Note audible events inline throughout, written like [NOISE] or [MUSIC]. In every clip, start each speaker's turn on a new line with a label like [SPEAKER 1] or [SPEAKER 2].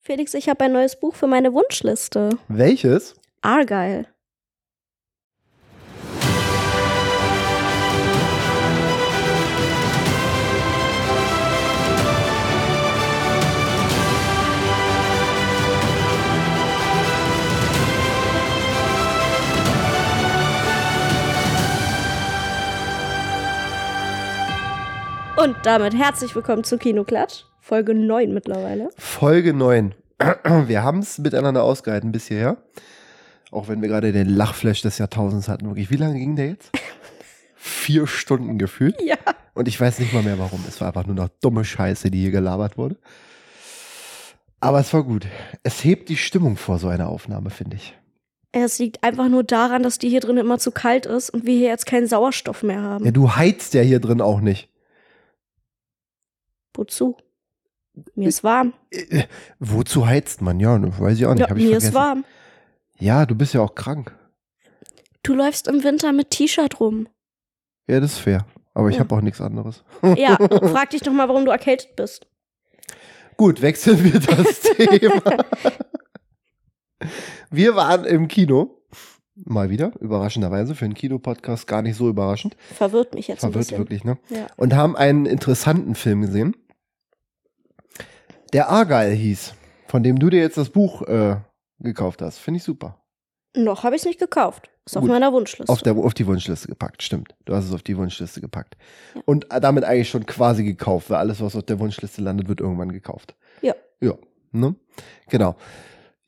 [SPEAKER 1] Felix, ich habe ein neues Buch für meine Wunschliste. Ah,
[SPEAKER 2] Welches?
[SPEAKER 1] Argyle. Und damit herzlich willkommen zu Kinoklatsch, Folge 9 mittlerweile.
[SPEAKER 2] Folge 9. [CLEARS THROAT] Wir haben es miteinander ausgehalten bis hierher. Auch wenn wir gerade den Lachflash des Jahrtausends hatten. Wirklich, wie lange ging der
[SPEAKER 1] [LAUGHS]
[SPEAKER 2] jetzt? Vier Stunden gefühlt.
[SPEAKER 1] Ja.
[SPEAKER 2] Und ich weiß nicht mal mehr warum. Es war einfach nur noch dumme Scheiße, die hier gelabert wurde. Aber es war gut. Es hebt die Stimmung vor so einer Aufnahme, finde ich.
[SPEAKER 1] Es liegt einfach nur daran, dass die hier drin immer zu kalt ist und wir hier jetzt keinen Sauerstoff mehr haben.
[SPEAKER 2] Ja, du heizt ja hier drin auch nicht.
[SPEAKER 1] Wozu? Mir ist warm.
[SPEAKER 2] Äh, Wozu heizt man? Ja, ne, weiß ich auch nicht.
[SPEAKER 1] Ja,
[SPEAKER 2] Hab ich
[SPEAKER 1] mir
[SPEAKER 2] vergessen.
[SPEAKER 1] ist warm.
[SPEAKER 2] Ja, du bist ja auch krank.
[SPEAKER 1] Du läufst im Winter mit T-Shirt rum.
[SPEAKER 2] [LAUGHS] Ja, das ist fair. Aber ich
[SPEAKER 1] Ja.
[SPEAKER 2] habe auch nichts anderes.
[SPEAKER 1] Ja, frag dich doch mal, warum du erkältet bist.
[SPEAKER 2] Gut, wechseln wir das Thema. Wir waren im Kino. Mal wieder, überraschenderweise, für einen Kinopodcast gar nicht so überraschend.
[SPEAKER 1] Verwirrt mich jetzt
[SPEAKER 2] Verwirrt
[SPEAKER 1] ein bisschen.
[SPEAKER 2] wirklich, ne?
[SPEAKER 1] Ja.
[SPEAKER 2] Und haben einen interessanten Film gesehen. Der Argyle hieß, von dem du dir jetzt das Buch äh, gekauft hast. Finde ich super.
[SPEAKER 1] Noch habe ich es nicht gekauft. Ist auf
[SPEAKER 2] Gut.
[SPEAKER 1] meiner Wunschliste.
[SPEAKER 2] Auf, der, auf die Wunschliste gepackt, stimmt. Du hast es auf die Wunschliste gepackt.
[SPEAKER 1] Ja.
[SPEAKER 2] Und damit eigentlich schon quasi gekauft, weil alles, was auf der Wunschliste landet, wird irgendwann gekauft.
[SPEAKER 1] Ja.
[SPEAKER 2] Ja, ne? Genau.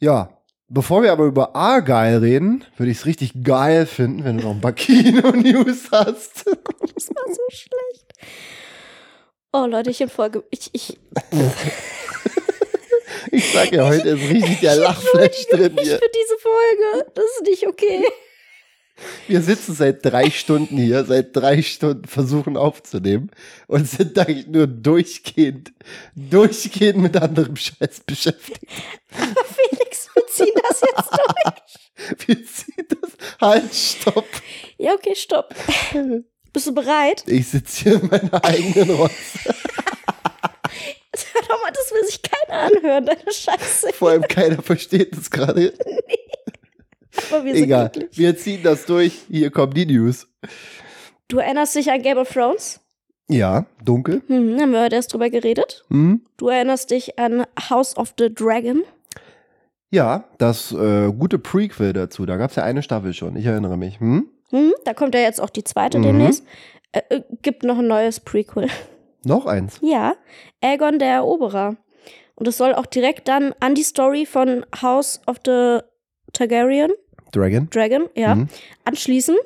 [SPEAKER 2] Ja, bevor wir aber über A-Geil reden, würde ich es richtig geil finden, wenn du noch ein paar [LAUGHS] Kino-News hast.
[SPEAKER 1] das war so schlecht. Oh, Leute, ich in Folge. Ich, ich,
[SPEAKER 2] Ich sag ja, heute ist
[SPEAKER 1] [LAUGHS]
[SPEAKER 2] richtig der Lachflash drin
[SPEAKER 1] ich
[SPEAKER 2] hier.
[SPEAKER 1] für diese Folge. Das ist nicht
[SPEAKER 2] [LAUGHS]
[SPEAKER 1] okay.
[SPEAKER 2] Wir sitzen seit drei Stunden hier, seit drei Stunden versuchen aufzunehmen und sind eigentlich nur durchgehend, durchgehend mit anderem Scheiß beschäftigt.
[SPEAKER 1] Felix, wir ziehen das jetzt durch.
[SPEAKER 2] [LAUGHS] Wie sieht das? Halt, stopp.
[SPEAKER 1] Ja, okay,
[SPEAKER 2] [LAUGHS]
[SPEAKER 1] stopp. Bist du bereit?
[SPEAKER 2] Ich sitze hier in meiner eigenen Rotze.
[SPEAKER 1] Jetzt [LAUGHS] hör doch mal, das will sich keiner anhören, deine Scheiße.
[SPEAKER 2] Vor allem keiner versteht das gerade.
[SPEAKER 1] Aber wir sind
[SPEAKER 2] Egal.
[SPEAKER 1] glücklich.
[SPEAKER 2] Wir ziehen das durch. Hier kommen die News.
[SPEAKER 1] Du erinnerst dich an Game of Thrones?
[SPEAKER 2] Ja, dunkel.
[SPEAKER 1] Hm, haben wir heute erst drüber geredet.
[SPEAKER 2] Hm.
[SPEAKER 1] Du erinnerst dich an House of the Dragon?
[SPEAKER 2] Ja, das äh, gute Prequel dazu. Da gab es ja eine Staffel schon. Ich erinnere mich. Hm?
[SPEAKER 1] Hm, da kommt ja jetzt auch die zweite
[SPEAKER 2] Mhm.
[SPEAKER 1] demnächst. Äh, äh, gibt noch ein neues Prequel. [LAUGHS]
[SPEAKER 2] Noch eins.
[SPEAKER 1] Ja, Aegon der Eroberer. Und es soll auch direkt dann an die Story von House of the Targaryen,
[SPEAKER 2] Dragon.
[SPEAKER 1] Dragon, ja,
[SPEAKER 2] Mhm.
[SPEAKER 1] anschließen.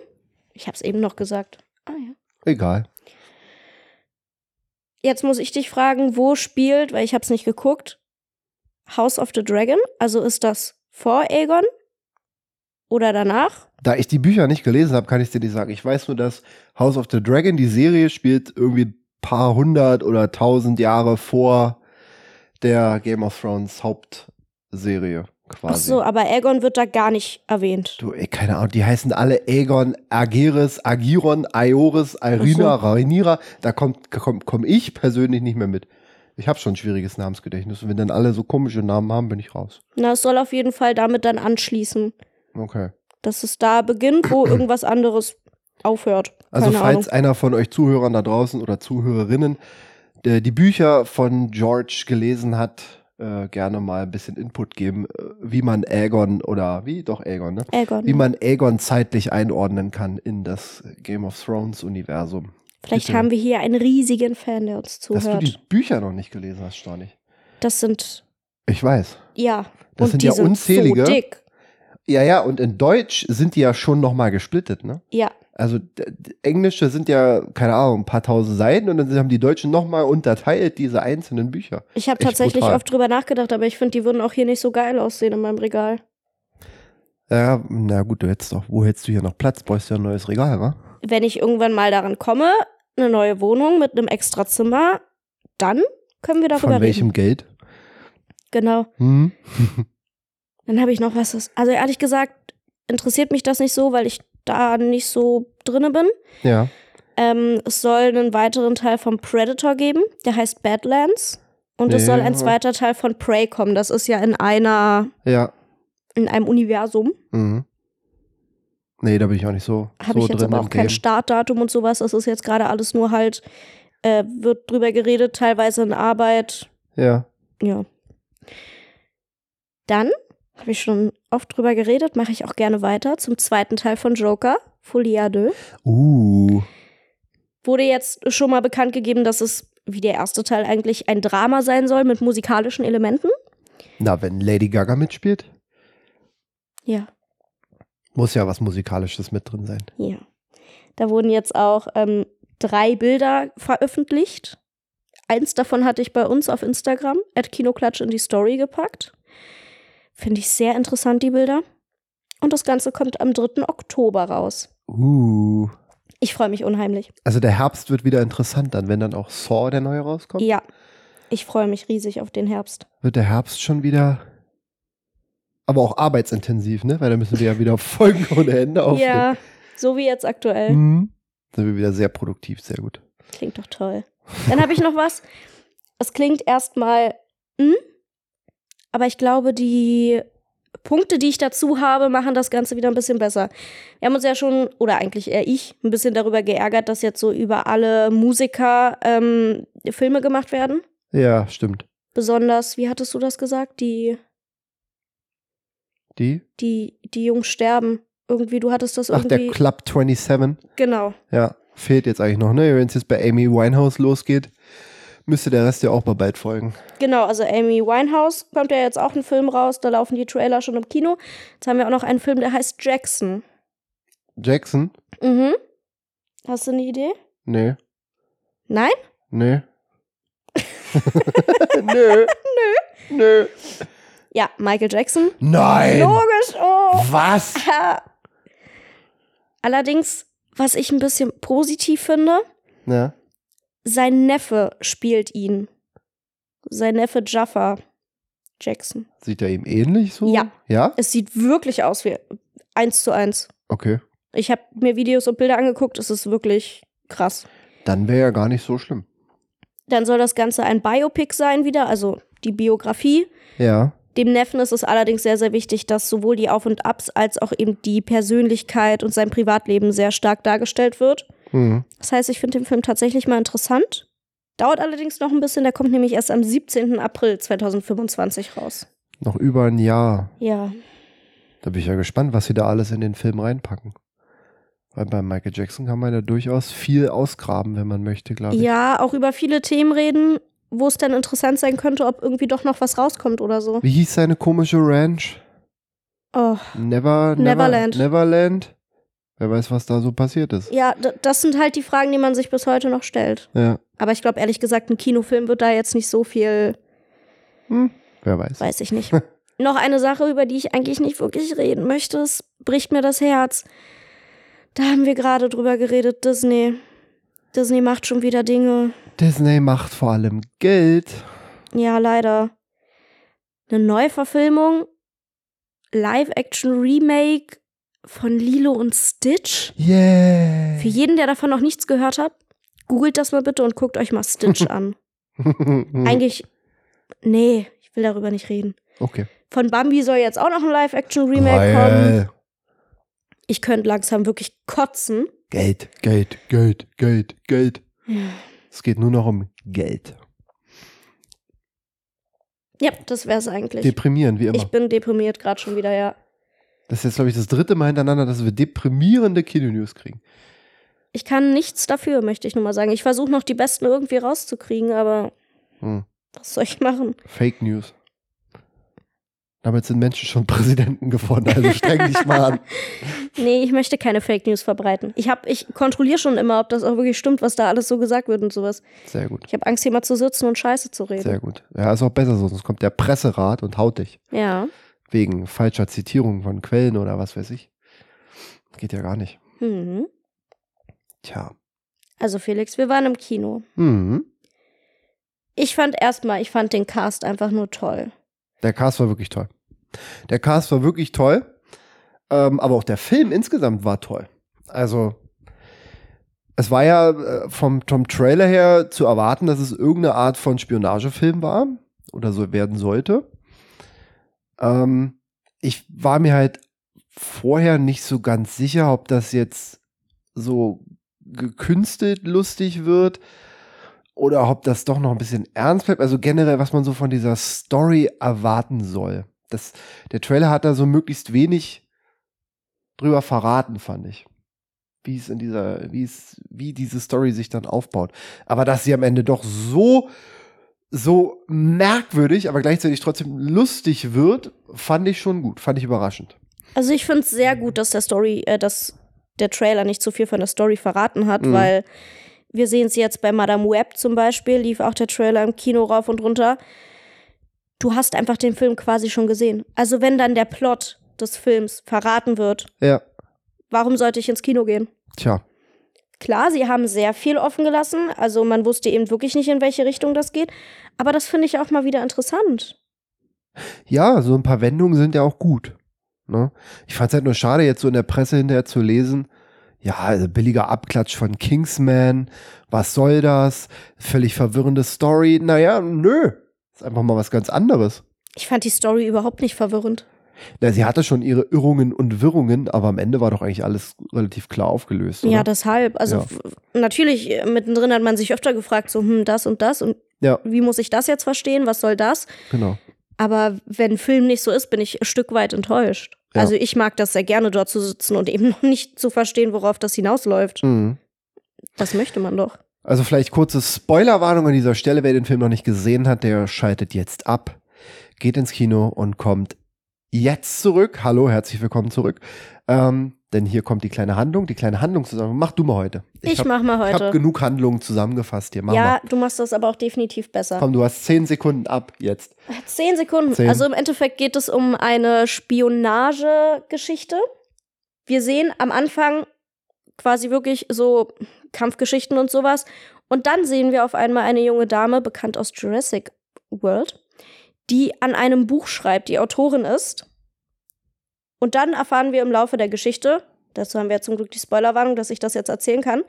[SPEAKER 1] Ich hab's eben noch gesagt. Ah ja.
[SPEAKER 2] Egal.
[SPEAKER 1] Jetzt muss ich dich fragen, wo spielt, weil ich hab's nicht geguckt, House of the Dragon? Also ist das vor Aegon oder danach?
[SPEAKER 2] Da ich die Bücher nicht gelesen habe, kann ich dir nicht sagen. Ich weiß nur, dass House of the Dragon, die Serie, spielt irgendwie ein paar hundert oder tausend Jahre vor der Game of Thrones Hauptserie quasi.
[SPEAKER 1] Ach so, aber Aegon wird da gar nicht erwähnt.
[SPEAKER 2] Du, ey, keine Ahnung, die heißen alle Aegon, Ageris, Agiron, Aioris, Irina, Rhaenyra. Da komme komm, komm ich persönlich nicht mehr mit. Ich habe schon ein schwieriges Namensgedächtnis. Und wenn dann alle so komische Namen haben, bin ich raus.
[SPEAKER 1] Na, es soll auf jeden Fall damit dann anschließen,
[SPEAKER 2] Okay.
[SPEAKER 1] dass es da beginnt,
[SPEAKER 2] [CLEARS THROAT]
[SPEAKER 1] wo irgendwas anderes aufhört.
[SPEAKER 2] Also
[SPEAKER 1] Keine
[SPEAKER 2] falls einer von euch Zuhörern da draußen oder Zuhörerinnen äh, die Bücher von George gelesen hat, äh, gerne mal ein bisschen Input geben, äh, wie man Aegon oder wie doch Aegon, ne?
[SPEAKER 1] Ahnung. Aegon.
[SPEAKER 2] Wie man Aegon zeitlich einordnen kann in das Game of Thrones Universum.
[SPEAKER 1] Vielleicht
[SPEAKER 2] Bitte.
[SPEAKER 1] haben wir hier einen riesigen Fan, der uns
[SPEAKER 2] Dass du die
[SPEAKER 1] zuhört.
[SPEAKER 2] Bücher noch nicht gelesen hast, Stornig.
[SPEAKER 1] Das sind,
[SPEAKER 2] Ich weiß.
[SPEAKER 1] ja.
[SPEAKER 2] Das
[SPEAKER 1] und
[SPEAKER 2] sind
[SPEAKER 1] die
[SPEAKER 2] ja
[SPEAKER 1] sind
[SPEAKER 2] unzählige.
[SPEAKER 1] So dick.
[SPEAKER 2] Ja, ja, und in Deutsch sind die ja schon nochmal gesplittet, ne?
[SPEAKER 1] Ja,
[SPEAKER 2] Also d- d- Englische sind ja, keine Ahnung, ein paar tausend Seiten und dann haben die Deutschen nochmal unterteilt, diese einzelnen Bücher.
[SPEAKER 1] ich habe
[SPEAKER 2] Echt
[SPEAKER 1] tatsächlich
[SPEAKER 2] brutal.
[SPEAKER 1] oft drüber nachgedacht, aber ich finde, die würden auch hier nicht so geil aussehen in meinem Regal.
[SPEAKER 2] Ja, na gut, du hättest doch, wo hättest du hier noch Platz? Brauchst du ja ein neues Regal, wa?
[SPEAKER 1] Wenn ich irgendwann mal daran komme, eine neue Wohnung mit einem extra Zimmer, dann können wir darüber
[SPEAKER 2] Von welchem
[SPEAKER 1] reden.
[SPEAKER 2] Geld?
[SPEAKER 1] Genau.
[SPEAKER 2] Hm?
[SPEAKER 1] Dann habe ich noch was. das- Also ehrlich gesagt, interessiert mich das nicht so, weil ich da nicht so drinne bin.
[SPEAKER 2] Ja.
[SPEAKER 1] Ähm, es soll einen weiteren Teil vom Predator geben, der heißt Badlands. Und es
[SPEAKER 2] Nee,
[SPEAKER 1] soll ein
[SPEAKER 2] aber-
[SPEAKER 1] zweiter Teil von Prey kommen. Das ist ja in einer,
[SPEAKER 2] Ja.
[SPEAKER 1] in einem Universum.
[SPEAKER 2] Mhm. Nee, da bin ich auch nicht so,
[SPEAKER 1] Habe
[SPEAKER 2] so
[SPEAKER 1] ich jetzt
[SPEAKER 2] drin
[SPEAKER 1] aber
[SPEAKER 2] im
[SPEAKER 1] auch kein
[SPEAKER 2] Game.
[SPEAKER 1] Startdatum und sowas. Das ist jetzt gerade alles nur halt, äh, wird drüber geredet, teilweise in Arbeit.
[SPEAKER 2] Ja.
[SPEAKER 1] Ja. Dann habe ich schon oft drüber geredet, mache ich auch gerne weiter zum zweiten Teil von Joker, Folie à deux.
[SPEAKER 2] Uh.
[SPEAKER 1] Wurde jetzt schon mal bekannt gegeben, dass es, wie der erste Teil eigentlich, ein Drama sein soll mit musikalischen Elementen.
[SPEAKER 2] Na, wenn Lady Gaga mitspielt,
[SPEAKER 1] Ja.
[SPEAKER 2] muss ja was Musikalisches mit drin sein.
[SPEAKER 1] Ja. Da wurden jetzt auch ähm, drei Bilder veröffentlicht. Eins davon hatte ich bei uns auf Instagram, at Kinoklatsch in die Story gepackt. Finde ich sehr interessant, die Bilder. Und das Ganze kommt am 3. Oktober raus.
[SPEAKER 2] Uh.
[SPEAKER 1] Ich freue mich unheimlich.
[SPEAKER 2] Also der Herbst wird wieder interessant dann, wenn dann auch Saw der neue rauskommt.
[SPEAKER 1] Ja. Ich freue mich riesig auf den Herbst.
[SPEAKER 2] Wird der Herbst schon wieder aber auch arbeitsintensiv, ne? Weil da müssen wir ja wieder Folgen [LAUGHS] ohne Ende aufnehmen.
[SPEAKER 1] Ja, so wie jetzt aktuell.
[SPEAKER 2] Mhm. Sind wir wieder sehr produktiv, sehr gut.
[SPEAKER 1] Klingt doch toll. Dann habe ich noch was. Es klingt erstmal, hm, aber ich glaube, die Punkte, die ich dazu habe, machen das Ganze wieder ein bisschen besser. Wir haben uns ja schon, oder eigentlich eher ich, ein bisschen darüber geärgert, dass jetzt so über alle Musiker ähm, Filme gemacht werden.
[SPEAKER 2] Ja, stimmt.
[SPEAKER 1] Besonders, wie hattest du das gesagt? Die,
[SPEAKER 2] Die?
[SPEAKER 1] die, die Jungs sterben. Irgendwie, du hattest das
[SPEAKER 2] Ach, der
[SPEAKER 1] irgendwie.
[SPEAKER 2] Club 27.
[SPEAKER 1] genau.
[SPEAKER 2] Ja, fehlt jetzt eigentlich noch, ne? Wenn es jetzt bei Amy Winehouse losgeht, müsste der Rest ja auch mal bald folgen.
[SPEAKER 1] Genau, also Amy Winehouse kommt ja jetzt auch ein Film raus, da laufen die Trailer schon im Kino. Jetzt haben wir auch noch einen Film, der heißt Jackson.
[SPEAKER 2] Jackson?
[SPEAKER 1] Mhm. Hast du eine Idee?
[SPEAKER 2] Nee,
[SPEAKER 1] Nein?
[SPEAKER 2] nee. [LAUGHS]
[SPEAKER 1] [LAUGHS]
[SPEAKER 2] Nö. Nö. Nö.
[SPEAKER 1] Ja, Michael Jackson.
[SPEAKER 2] Nein.
[SPEAKER 1] Logisch. Oh. [LAUGHS]
[SPEAKER 2] Was?
[SPEAKER 1] Ja. Allerdings, was ich ein bisschen positiv finde,
[SPEAKER 2] Ja.
[SPEAKER 1] sein Neffe spielt ihn. Sein Neffe Jaffa Jackson.
[SPEAKER 2] Sieht er ihm ähnlich so?
[SPEAKER 1] Ja.
[SPEAKER 2] Ja?
[SPEAKER 1] Es sieht wirklich aus wie eins zu eins.
[SPEAKER 2] Okay.
[SPEAKER 1] Ich habe mir Videos und Bilder angeguckt, es ist wirklich krass.
[SPEAKER 2] Dann wäre ja gar nicht so schlimm.
[SPEAKER 1] Dann soll das Ganze ein Biopic sein wieder, also die Biografie.
[SPEAKER 2] Ja.
[SPEAKER 1] Dem Neffen ist es allerdings sehr, sehr wichtig, dass sowohl die Auf- und Abs als auch eben die Persönlichkeit und sein Privatleben sehr stark dargestellt wird.
[SPEAKER 2] Mhm.
[SPEAKER 1] Das heißt, ich finde den Film tatsächlich mal interessant. Dauert allerdings noch ein bisschen, der kommt nämlich erst am 17. April 2025 raus.
[SPEAKER 2] Noch über ein Jahr.
[SPEAKER 1] Ja,
[SPEAKER 2] Da bin ich ja gespannt, was sie da alles in den Film reinpacken. Weil bei Michael Jackson kann man ja durchaus viel ausgraben, wenn man möchte, glaube ich.
[SPEAKER 1] ja auch über viele Themen reden, wo es dann interessant sein könnte, ob irgendwie doch noch was rauskommt oder so.
[SPEAKER 2] Wie hieß seine komische Ranch?
[SPEAKER 1] Oh.
[SPEAKER 2] Never, never,
[SPEAKER 1] Neverland.
[SPEAKER 2] Neverland. Wer weiß, was da so passiert ist.
[SPEAKER 1] Ja, d- das sind halt die Fragen, die man sich bis heute noch stellt.
[SPEAKER 2] Ja.
[SPEAKER 1] Aber ich glaube, ehrlich gesagt, ein Kinofilm wird da jetzt nicht so viel
[SPEAKER 2] Hm. Wer weiß.
[SPEAKER 1] Weiß ich nicht. Noch eine Sache, über die ich eigentlich nicht wirklich reden möchte. Es bricht mir das Herz. Da haben wir gerade drüber geredet, Disney. Disney macht schon wieder Dinge.
[SPEAKER 2] Disney macht vor allem Geld.
[SPEAKER 1] Ja, leider. Eine Neuverfilmung, Live-Action-Remake von Lilo und Stitch.
[SPEAKER 2] Yeah. [LAUGHS]
[SPEAKER 1] Für jeden, der davon noch nichts gehört hat, googelt das mal bitte und guckt euch mal Stitch an.
[SPEAKER 2] Hm.
[SPEAKER 1] Eigentlich, nee, ich will darüber nicht reden.
[SPEAKER 2] okay.
[SPEAKER 1] Von Bambi soll jetzt auch noch ein Live-Action-Remake kommen.
[SPEAKER 2] Geil.
[SPEAKER 1] ich könnte langsam wirklich kotzen.
[SPEAKER 2] Geld, Geld, Geld, Geld, Geld. Es geht nur noch um Geld.
[SPEAKER 1] Ja, das wäre es eigentlich.
[SPEAKER 2] Deprimieren, wie immer.
[SPEAKER 1] Ich bin deprimiert gerade schon wieder, ja.
[SPEAKER 2] das ist jetzt, glaube ich, das dritte Mal hintereinander, dass wir deprimierende Kino-News kriegen.
[SPEAKER 1] Ich kann nichts dafür, möchte ich nur mal sagen. Ich versuche noch die Besten irgendwie rauszukriegen, aber
[SPEAKER 2] Hm.
[SPEAKER 1] was soll ich machen?
[SPEAKER 2] Fake News. Damit sind Menschen schon [LAUGHS] Präsidenten geworden, also streng dich mal an.
[SPEAKER 1] Nee, ich möchte keine Fake News verbreiten. Ich, hab- ich kontrolliere schon immer, ob das auch wirklich stimmt, was da alles so gesagt wird und sowas.
[SPEAKER 2] Sehr gut.
[SPEAKER 1] Ich habe Angst, hier mal zu sitzen und Scheiße zu reden.
[SPEAKER 2] Sehr gut. Ja, ist auch besser so, sonst kommt der Presserat und haut dich.
[SPEAKER 1] Ja.
[SPEAKER 2] Wegen falscher Zitierung von Quellen oder was weiß ich. Geht ja gar nicht.
[SPEAKER 1] Mhm.
[SPEAKER 2] Tja.
[SPEAKER 1] Also Felix, wir waren im Kino.
[SPEAKER 2] Mhm.
[SPEAKER 1] Ich fand erstmal, ich fand den Cast einfach nur toll.
[SPEAKER 2] Der Cast war wirklich toll. Der Cast war wirklich toll. Ähm, aber auch der Film insgesamt war toll. Also, es war ja äh, vom, vom Trailer her zu erwarten, dass es irgendeine Art von Spionagefilm war oder so werden sollte. Ähm, ich war mir halt vorher nicht so ganz sicher, ob das jetzt so gekünstelt lustig wird oder ob das doch noch ein bisschen ernst bleibt. Also generell, was man so von dieser Story erwarten soll. Das, der Trailer hat da so möglichst wenig drüber verraten, fand ich. Wie es in dieser, wie es, wie diese Story sich dann aufbaut. Aber dass sie am Ende doch so, so merkwürdig, aber gleichzeitig trotzdem lustig wird, fand ich schon gut, fand ich überraschend.
[SPEAKER 1] Also ich finde es sehr gut, dass der Story, äh, dass der Trailer nicht so viel von der Story verraten hat, weil wir sehen es jetzt bei Madame Web zum Beispiel, lief auch der Trailer im Kino rauf und runter. Du hast einfach den Film quasi schon gesehen. Also wenn dann der Plot des Films verraten wird,
[SPEAKER 2] Ja,
[SPEAKER 1] warum sollte ich ins Kino gehen?
[SPEAKER 2] tja.
[SPEAKER 1] Klar, sie haben sehr viel offen gelassen, also man wusste eben wirklich nicht, in welche Richtung das geht, aber das finde ich auch mal wieder interessant.
[SPEAKER 2] Ja, so ein paar Wendungen sind ja auch gut. Ne? Ich fand es halt nur schade, jetzt so in der Presse hinterher zu lesen, ja, also billiger Abklatsch von Kingsman, was soll das? Völlig verwirrende Story. Naja, nö. Ist einfach mal was ganz anderes.
[SPEAKER 1] Ich fand die Story überhaupt nicht verwirrend.
[SPEAKER 2] Na, sie hatte schon ihre Irrungen und Wirrungen, aber am Ende war doch eigentlich alles relativ klar aufgelöst. Oder?
[SPEAKER 1] Ja, deshalb. Also
[SPEAKER 2] ne? Ja.
[SPEAKER 1] f- natürlich, äh, mittendrin hat man sich öfter gefragt, so, hm, das und das und
[SPEAKER 2] ja,
[SPEAKER 1] wie muss ich das jetzt verstehen, was soll das?
[SPEAKER 2] genau.
[SPEAKER 1] Aber wenn ein Film nicht so ist, bin ich ein Stück weit enttäuscht.
[SPEAKER 2] Ja.
[SPEAKER 1] Also ich mag das sehr gerne, dort zu sitzen und eben [LAUGHS] noch nicht zu verstehen, worauf das hinausläuft.
[SPEAKER 2] Mhm.
[SPEAKER 1] Das möchte man doch.
[SPEAKER 2] Also vielleicht kurze Spoilerwarnung an dieser Stelle. Wer den Film noch nicht gesehen hat, der schaltet jetzt ab, geht ins Kino und kommt jetzt zurück. Hallo, herzlich willkommen zurück. Ähm, denn hier kommt die kleine Handlung, die kleine Handlung zusammen. Mach du mal heute.
[SPEAKER 1] Ich,
[SPEAKER 2] hab-
[SPEAKER 1] mach mal
[SPEAKER 2] Ich habe
[SPEAKER 1] heute.
[SPEAKER 2] genug Handlungen zusammengefasst hier. Mach mal.
[SPEAKER 1] Ja, du machst das aber auch definitiv besser.
[SPEAKER 2] Komm, du hast zehn Sekunden ab jetzt.
[SPEAKER 1] Zehn Sekunden.
[SPEAKER 2] Zehn.
[SPEAKER 1] Also im Endeffekt geht es um eine Spionagegeschichte. Wir sehen am Anfang quasi wirklich so Kampfgeschichten und sowas. Und dann sehen wir auf einmal eine junge Dame, bekannt aus Jurassic World, die an einem Buch schreibt, die Autorin ist. Und dann erfahren wir im Laufe der Geschichte, dazu haben wir ja zum Glück die Spoilerwarnung, dass ich das jetzt erzählen kann,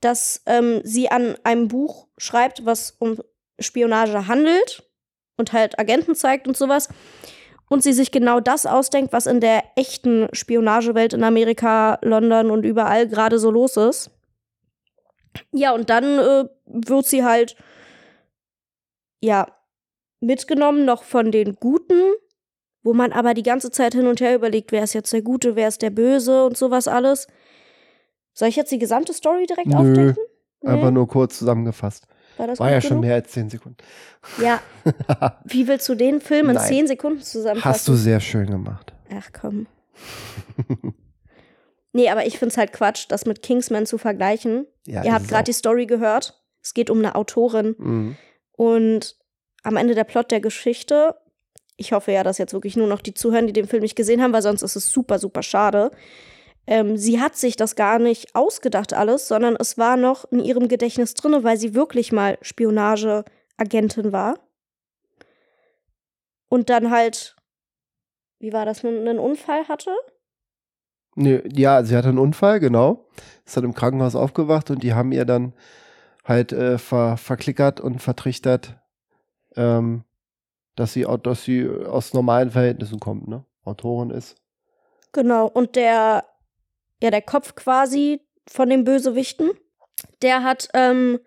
[SPEAKER 1] dass ähm, sie an einem Buch schreibt, was um Spionage handelt und halt Agenten zeigt und sowas. Und sie sich genau das ausdenkt, was in der echten Spionagewelt in Amerika, London und überall gerade so los ist. Ja, und dann äh, wird sie halt, ja, mitgenommen noch von den Guten, wo man aber die ganze Zeit hin und her überlegt, wer ist jetzt der Gute, wer ist der Böse und sowas alles. Soll ich jetzt die gesamte Story direkt
[SPEAKER 2] Nö,
[SPEAKER 1] aufdecken? Nee?
[SPEAKER 2] Einfach nur kurz zusammengefasst.
[SPEAKER 1] War, das Mhm.
[SPEAKER 2] War
[SPEAKER 1] gut
[SPEAKER 2] ja schon
[SPEAKER 1] genug?
[SPEAKER 2] mehr als zehn Sekunden. [LAUGHS]
[SPEAKER 1] Ja. Wie willst du den Film in
[SPEAKER 2] Nein.
[SPEAKER 1] zehn Sekunden
[SPEAKER 2] Hast du
[SPEAKER 1] zusammenfassen?
[SPEAKER 2] sehr schön gemacht.
[SPEAKER 1] Ach komm. [LAUGHS] nee, aber ich find's halt Quatsch, das mit Kingsman zu vergleichen.
[SPEAKER 2] Ja,
[SPEAKER 1] Ihr
[SPEAKER 2] ist
[SPEAKER 1] habt
[SPEAKER 2] es
[SPEAKER 1] gerade
[SPEAKER 2] auch.
[SPEAKER 1] die Story gehört. Es geht um eine Autorin.
[SPEAKER 2] Mhm.
[SPEAKER 1] Und am Ende der Plot der Geschichte, ich hoffe ja, dass jetzt wirklich nur noch die zuhören, die den Film nicht gesehen haben, weil sonst ist es super, super schade. Ähm, sie hat sich das gar nicht ausgedacht alles, sondern es war noch in ihrem Gedächtnis drinne, weil sie wirklich mal Spionageagentin war. Und dann halt, wie war das, einen einen Unfall hatte?
[SPEAKER 2] Nee, ja, sie hatte einen Unfall, genau. Ist dann im Krankenhaus aufgewacht und die haben ihr dann halt äh, ver, verklickert und vertrichtert, ähm, dass sie au- dass sie aus normalen Verhältnissen kommt, ne? Autorin ist.
[SPEAKER 1] Genau, und der, ja, der Kopf quasi von dem Bösewichten, der hat ähm,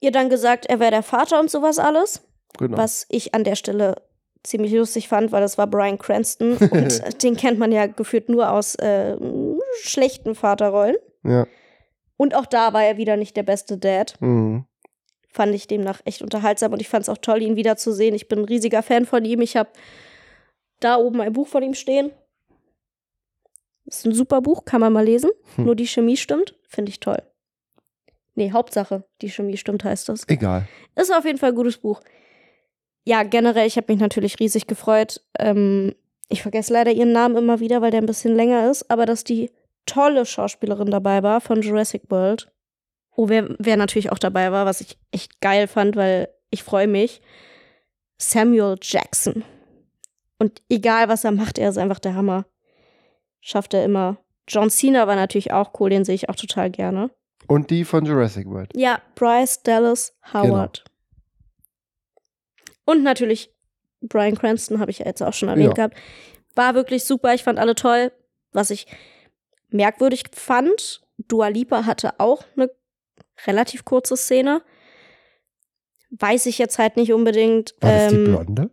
[SPEAKER 1] ihr dann gesagt, er wäre der Vater und sowas alles.
[SPEAKER 2] Genau.
[SPEAKER 1] Was ich an der Stelle ziemlich lustig fand, weil das war Brian Cranston und äh, den kennt man ja geführt nur aus äh, schlechten Vaterrollen.
[SPEAKER 2] Ja.
[SPEAKER 1] Und auch da war er wieder nicht der beste Dad.
[SPEAKER 2] Mhm.
[SPEAKER 1] Fand ich demnach echt unterhaltsam und ich fand es auch toll, ihn wiederzusehen. Ich bin ein riesiger Fan von ihm. Ich habe da oben ein Buch von ihm stehen. Ist ein super Buch, kann man mal lesen.
[SPEAKER 2] Hm.
[SPEAKER 1] Nur die Chemie stimmt, finde ich toll. Nee, Hauptsache, die Chemie stimmt, heißt das.
[SPEAKER 2] Egal.
[SPEAKER 1] Ist auf jeden Fall ein gutes Buch. Ja, generell, ich habe mich natürlich riesig gefreut. Ähm, ich vergesse leider ihren Namen immer wieder, weil der ein bisschen länger ist, aber dass die tolle Schauspielerin dabei war von Jurassic World. Oh, wer, wer natürlich auch dabei war, was ich echt geil fand, weil ich freue mich. Samuel Jackson. Und egal, was er macht, er ist einfach der Hammer. Schafft er immer, John Cena war natürlich auch cool, den sehe ich auch total gerne.
[SPEAKER 2] Und die von Jurassic World.
[SPEAKER 1] Ja, Bryce Dallas Howard.
[SPEAKER 2] Genau.
[SPEAKER 1] Und natürlich Brian Cranston, habe ich ja jetzt auch schon erwähnt
[SPEAKER 2] Ja.
[SPEAKER 1] gehabt. War wirklich super, ich fand alle toll. Was ich merkwürdig fand, Dua Lipa hatte auch eine relativ kurze Szene. Weiß ich jetzt halt nicht unbedingt.
[SPEAKER 2] War das die
[SPEAKER 1] ähm,
[SPEAKER 2] Blonde?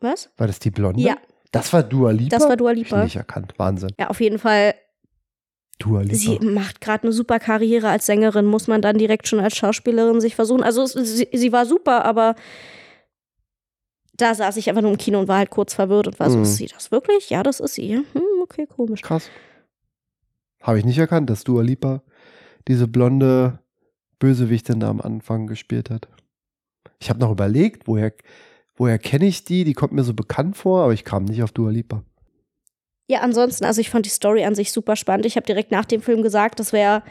[SPEAKER 1] was?
[SPEAKER 2] War das die Blonde?
[SPEAKER 1] Ja,
[SPEAKER 2] Das war Dua Lipa?
[SPEAKER 1] das war Dua
[SPEAKER 2] Hab ich
[SPEAKER 1] Lipa.
[SPEAKER 2] nicht erkannt. Wahnsinn.
[SPEAKER 1] Ja, auf jeden Fall
[SPEAKER 2] Dua Lipa.
[SPEAKER 1] Sie macht gerade eine super Karriere als Sängerin, muss man dann direkt schon als Schauspielerin sich versuchen. Also es, sie, sie war super, aber da saß ich einfach nur im Kino und war halt kurz verwirrt und war so,
[SPEAKER 2] Mhm.
[SPEAKER 1] ist sie das wirklich? Ja, das ist sie. Hm, okay, komisch.
[SPEAKER 2] Krass. Habe ich nicht erkannt, dass Dua Lipa diese blonde Bösewichtin da am Anfang gespielt hat. Ich habe noch überlegt, woher, woher kenne ich die? Die kommt mir so bekannt vor, aber ich kam nicht auf Dua Lipa.
[SPEAKER 1] Ja, ansonsten, also ich fand die Story an sich super spannend. Ich habe direkt nach dem Film gesagt, das wäre